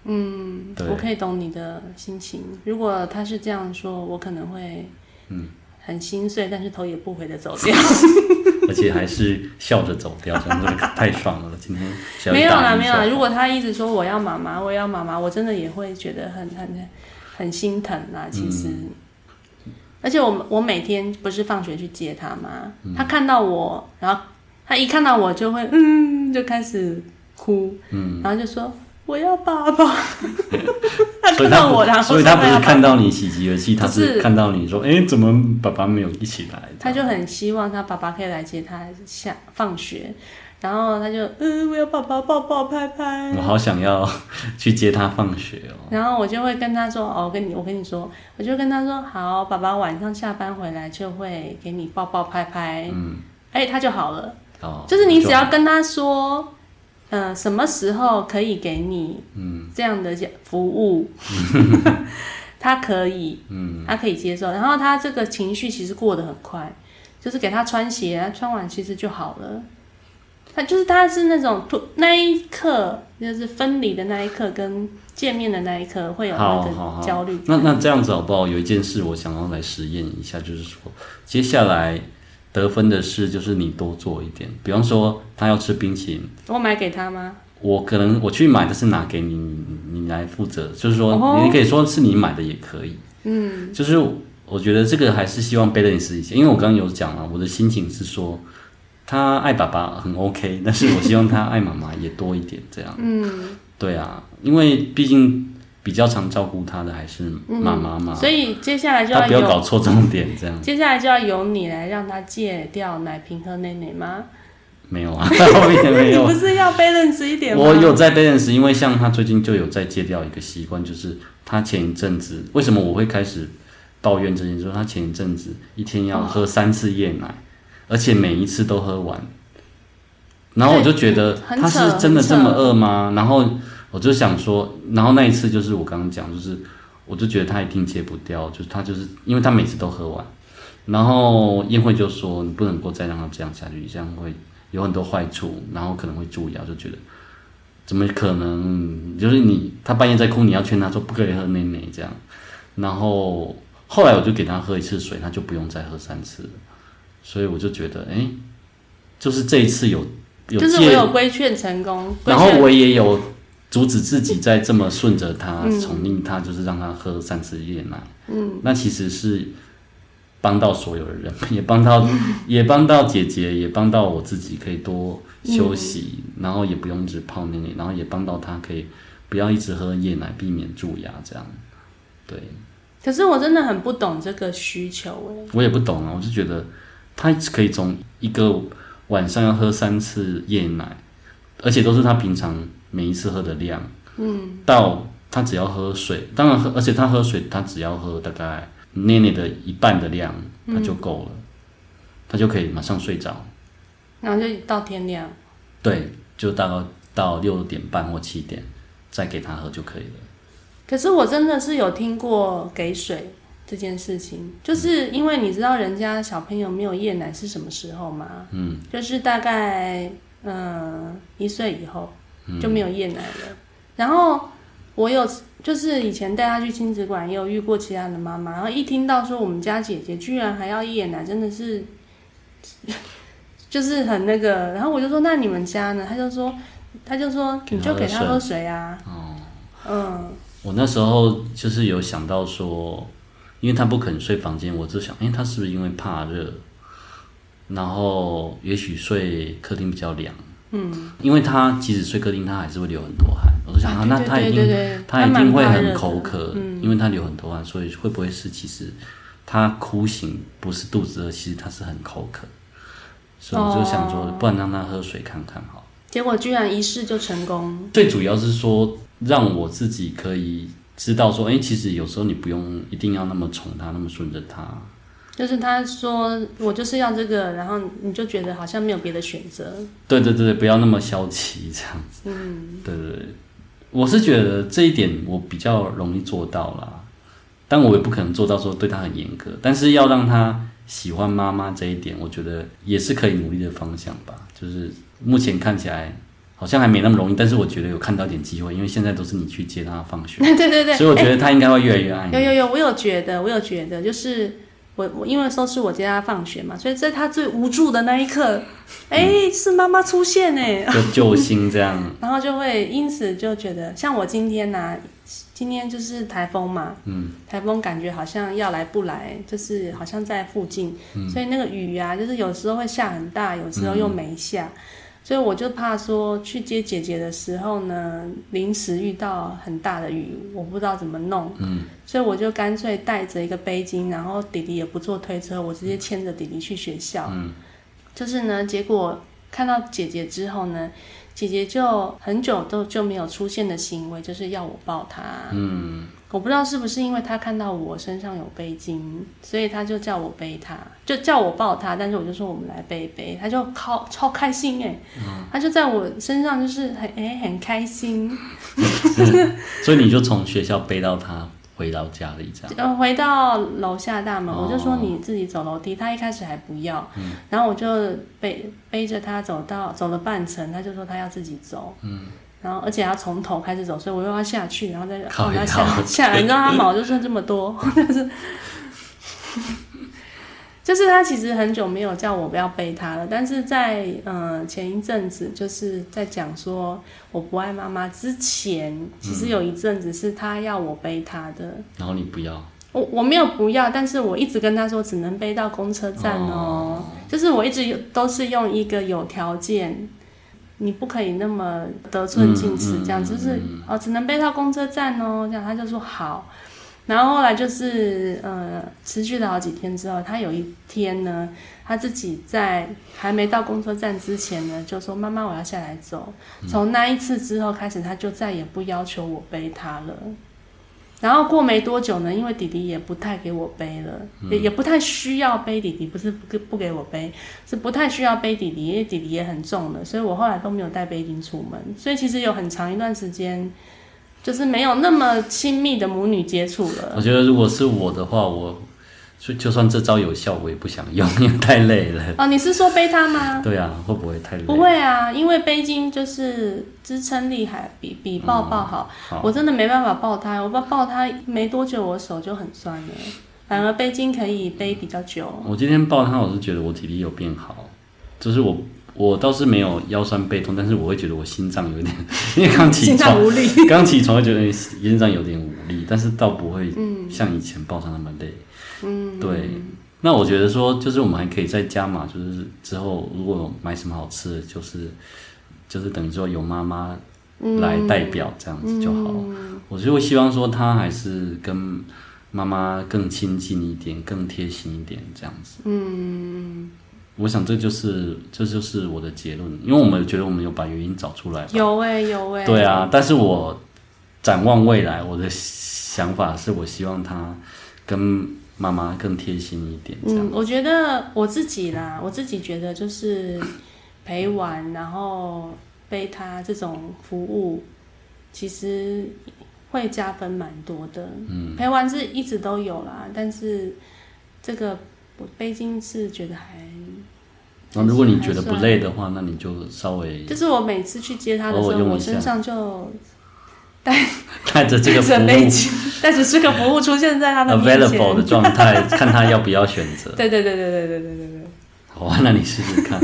嗯，
对
我可以懂你的心情。如果他是这样说，我可能会嗯很心碎，但是头也不回的走掉。
而且还是笑着走掉，真的太爽了！今天小
没
雨
有
大
啦
一
没有啦，
下
如果他一直说我要妈妈，我要妈妈，我真的也会觉得很很很心疼
嗯
啦。其实，而且我我每天不是放学去接他吗？
嗯
他看到我，然后他一看到我就会嗯，就开始哭，嗯，然后就说我要爸
[laughs]
爸。他
所以
看
他
到
不
我，然后
所以
说
他不
要
是
爸爸
看到你喜极而泣，他
不
是
是
看到你说：“哎，怎么爸爸没有一起来？”
他就很希望他爸爸可以来接他下放学，然后他就嗯，我要爸爸抱抱拍拍，
我好想要 [laughs] 去接他放学哦。
然后我就会跟他说哦，我跟你我跟你说，我就跟他说好，爸爸晚上下班回来就会给你抱抱拍拍，
嗯，
哎、他就好了，
哦，
就是你只要跟他说。呃，什么时候可以给你
嗯
这样的服务？ [laughs] 他可以，
嗯，
他可以接受。然后他这个情绪其实过得很快，就是给他穿鞋，他穿完其实就好了。他就是他是那种突那一刻，就是分离的那一刻跟见面的那一刻会有那
好好好
个焦虑。
那那这样子好不好？有一件事我想要来实验一下，就是说，接下来得分的事就是你多做一点。比方说，他要吃冰淇淋，
我买给他吗？
我可能我去买，但是拿给你，你你来负责。就是说
哦，
你可以说是你买的也可以。嗯，就是我觉得这个还是希望 balance 一些，因为我刚刚有讲了，我的心情是说，他爱爸爸很 OK，但是我希望他爱妈妈也多一点，这样。嗯，对啊，因为毕竟比较常照顾他的还是妈妈嘛，
所以接下来就
他
要
不要
由
搞错重点，这样
接下来就要由你来让他戒掉奶瓶和奶奶吗？
没有啊，后面没
你
有
不。是要 balance 一点吗？
我有在 balance，因为像他最近就有在戒掉一个习惯，就是他前一阵子为什么我会开始抱怨这件事，就是他前一阵子一天要
哦
喝三次夜奶，而且每一次都喝完，然后我就觉得
对很
他是
扯
真的
很
这
扯
么饿吗？然后我就想说，然后那一次就是我刚刚讲，就是我就觉得他一定戒不掉，就是他就是因为他每次都喝完，然后宴会就说你不能够再让他这样下去，这样会有很多坏处，然后可能会蛀牙，就觉得怎么可能？就是你他半夜在哭，你要劝他说不可以喝奶奶这样，然后后来我就给他喝一次水，他就不用再喝三次了，所以我就觉得哎、诶就是这一次有有
就是
戒
我有规劝成功，规
然后
劝
我也有阻止自己再这么顺着他，宠溺他，就是让他喝三次夜奶。嗯，那其实是帮到所有的人， [laughs] 也帮到也帮到姐姐，也帮到我自己，可以多休息，然后也不用一直泡奶奶，然后也帮到他可以不要一直喝夜奶，避免蛀牙这样。对
可是我真的很不懂这个需求哎、
我也不懂啊，我就觉得他可以从一个晚上要喝三次夜奶，而且都是他平常每一次喝的量。到他只要喝水，当然喝，而且他喝水，他只要喝大概奶奶的一半的量，他就够了，他就可以马上睡着。
然后就到天亮。
对，就大概到六点半或七点再给他喝就可以了。
可是我真的是有听过给水这件事情，就是因为你知道人家小朋友没有夜奶是什么时候吗？嗯，就是大概嗯一岁以后就没有夜奶了。然后我有就是以前带他去亲子馆，也有遇过其他的妈妈，然后一听到说我们家姐姐居然还要夜奶，真的是。 [laughs] 就是很那个，然后我就说那你们家呢？他就说，他就说
给
你
他
就给
喝
他
水
喝水啊，嗯，
我那时候就是有想到说，因为他不肯睡房间，我就想，哎、他是不是因为怕热？然后也许睡客厅比较凉，嗯，因为他即使睡客厅，他还是会流很多汗。我就想，啊，那他一
对对
定
对，
他一
蛮
定会
怕热
很
的
口渴，因为他流很多汗，所以会不会是其实他哭醒不是肚子饿，其实他是很口渴，所以我就想说，
哦
不然让他喝水看看好了。
结果居然一试就成功，
最主要是说，让我自己可以知道说，哎、其实有时候你不用一定要那么宠他，那么顺着他，
就是他说我就是要这个，然后你就觉得好像没有别的选择，
对对对，不要那么消极这样子。嗯，对对对，我是觉得这一点我比较容易做到啦，但我也不可能做到说对他很严格，但是要让他喜欢妈妈这一点，我觉得也是可以努力的方向吧。就是目前看起来好像还没那么容易，但是我觉得有看到点机会，因为现在都是你去接他放学，
[laughs] 对对对哎对，
所以我觉得他应该会越来越爱
有
你。
有有，我有觉得，我有觉得，就是我我因为说是我接他放学嘛，所以在他最无助的那一刻，哎、
嗯
是妈妈出现哎、
就救星
[laughs]
这样，
然后就会因此就觉得，像我今天呐、今天就是台风嘛，嗯，台风感觉好像要来不来，就是好像在附近，所以那个雨啊，就是有时候会下很大，有时候又没下，所以我就怕说去接姐姐的时候呢，临时遇到很大的雨，我不知道怎么弄，嗯，所以我就干脆带着一个背巾，然后弟弟也不坐推车，我直接牵着弟弟去学校，嗯，就是呢，结果看到姐姐之后呢。姐姐就很久都就没有出现的行为，就是要我抱她。嗯，我不知道是不是因为她看到我身上有背巾，所以她就叫我背她，就叫我抱她。但是我就说我们来背一背，她就超超开心哎、她就在我身上就是很哎、很开心。
所以你就从学校背到他回到家里这样。
呃，回到楼下大门，
哦嗯
我就说你自己走楼梯，她一开始还不要，然后我就背背着她走到走了半程，她就说她要自己走，
嗯
然后而且要从头开始走，所以我又要下去，然后再
靠
让
腰
她下下来，你知道她毛就剩这么多， [laughs] 就是就是她其实很久没有叫我不要背她了，但是在嗯、呃前一阵子就是在讲说我不爱妈妈之前，其实有一阵子是她要我背她的。
然后你不要，
我我没有不要，但是我一直跟他说只能背到公车站哦，就是我一直有都是用一个有条件，你不可以那么得寸进尺
嗯嗯
这样，
嗯
就是哦只能背到公车站哦，这样他就说好，然后后来就是呃持续了好几天之后，他有一天呢，他自己在还没到公车站之前呢，就说妈妈我要下来走，从那一次之后开始，他就再也不要求我背他了。然后过没多久呢，因为弟弟也不太给我背了，也也不太需要背弟弟，不是不给不给我背，是不太需要背弟弟，因为弟弟也很重了，所以我后来都没有带背巾出门。所以其实有很长一段时间，就是没有那么亲密的母女接触了。
我觉得如果是我的话，我就就算这招有效，我也不想用，因为太累
[laughs]
了。
哦，你是说背他吗？
对啊，会不会太累？
不会啊，因为背巾就是支撑力还比比抱抱好。
啊
我真的没办法抱他，我抱抱他没多久，我手就很酸了。反而背巾可以背比较久。
我今天抱他，我是觉得我体力有变好，就是我我倒是没有腰酸背痛，但是我会觉得我心脏有点，因为刚起
心
床
脏无力。
刚起床会觉得心脏有点无力，但是倒不会像以前抱他那么累。嗯，对。那我觉得说，就是我们还可以再加码，就是之后如果有买什么好吃的，就是就是等于说由妈妈来代表这样子就好了。我就会希望说，他还是跟妈妈更亲近一点，更贴心一点这样子。嗯，我想这就是这就是我的结论，因为我们觉得我们有把原因找出来。
有哎、有哎、
对啊，但是我展望未来，我的想法是我希望他跟妈妈更贴心一点，这样。
嗯，我觉得我自己啦，我自己觉得就是陪玩，然后背他这种服务，其实会加分蛮多的。嗯，陪玩是一直都有啦，但是这个我背巾是觉得还，
那、如果你觉得不累的话，那你就稍微
就是我每次去接他的时
偶尔
候，
用一
我
下
身上就
带
[laughs]
着这个服
带着背
务
巾，但是这个服务出现在他的面
available 的
前。
状态，看他要不要选择。
对对对对对对对对对。
好啊，那你试试看。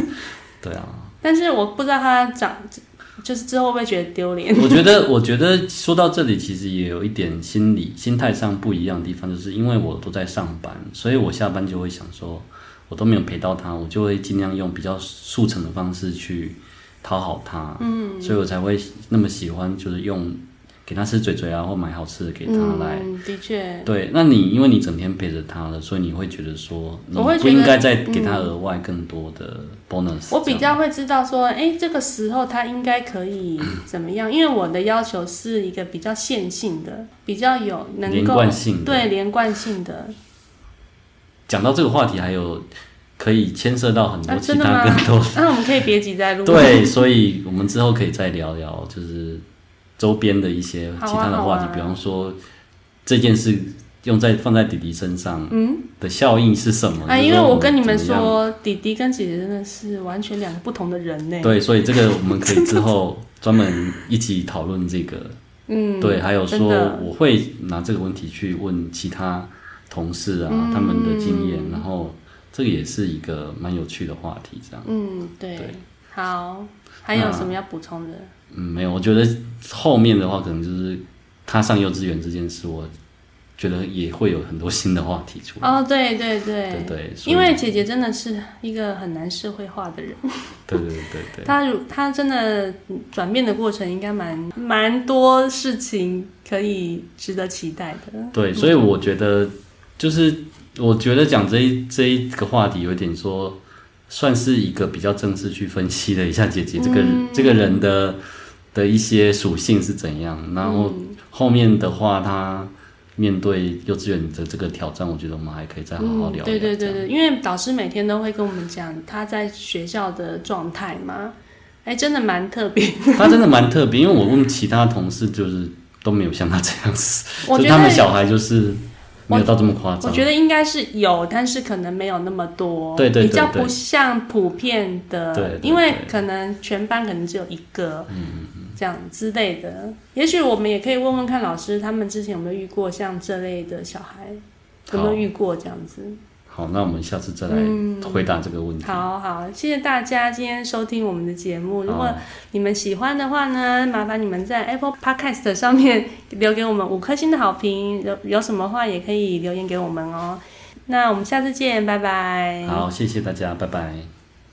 对啊，
但是我不知道他长就是之后会不会觉得丢脸？
我觉得，我觉得说到这里，其实也有一点心理心态上不一样的地方，就是因为我都在上班，所以我下班就会想说，我都没有陪到他，我就会尽量用比较速成的方式去讨好他，嗯，所以我才会那么喜欢，就是用给他吃嘴嘴啊，或买好吃的给他来。
嗯、的确，
对，那你因为你整天陪着他了，所以你会觉得说，你
我会觉
不
得嗯
应该再给他额外更多的 bonus 这样。
我比较会知道说，哎、这个时候他应该可以怎么样？因为我的要求是一个比较线性的，比较有能
连
够
贯性的
对连贯性的。
[laughs] 讲到这个话题，还有可以牵涉到很
啊
多其
真的
他
吗
更多
[laughs] 那我们可以别急再录。
对，所以我们之后可以再聊聊，就是周边的一些
好啊
其他的话题，
好啊
比方说这件事用在放在弟弟身上，嗯，的效应是什么？
啊，
就是
因为
我
我跟你们
怎么样，
说，弟弟跟姐姐真的是完全两个不同的人呢。
对，所以这个我们可以之后专门一起讨论这个，
[laughs] 嗯，
对，还有
真
说
的
我会拿这个问题去问其他同事啊，
嗯
他们的经验，然后这个也是一个蛮有趣的话题，这样。
嗯，对，
对
好，还有什么要补充的？
嗯，没有，我觉得后面的话可能就是他上幼稚园这件事，我觉得也会有很多新的话题出来，
哦，对对对
对不，啊对？所以
因为姐姐真的是一个很难社会化的人，
对对对对，
她如她真的转变的过程应该蛮蛮多事情可以值得期待的。
对，所以我觉得就是我觉得讲这一这一个话题有点说，算是一个比较正式去分析了一下姐姐这个、
嗯
这个人的的一些属性是怎样，然后
嗯
后面的话她面对幼稚园的这个挑战，我觉得我们还可以再好好聊聊、
嗯对对
这
对对，
样
因为导师每天都会跟我们讲他在学校的状态嘛，哎，真的蛮特别
[laughs] 他真的蛮特别，因为我问其他同事，就是都没有像他这样子，
[laughs] 我
就
觉
是
得
他们小孩就是没有到这么夸
我
张。
觉得应该是有，但是可能没有那么多，
对对对
比较
对
不像普遍的，
对对对嗯
因为可能全班可能只有一个，这样之类的。也许我们也可以问问看老师，他们之前有没有遇过像这类的小孩，有没
好
有遇过这样子？
好，那我们下次再来回答这个问题。
嗯好好，谢谢大家今天收听我们的节目。如果
好
你们喜欢的话呢，麻烦你们在 Apple Podcast 上面留给我们五颗星的好评，有有什么话也可以留言给我们哦。那我们下次见，拜拜。
好，谢谢大家，拜拜。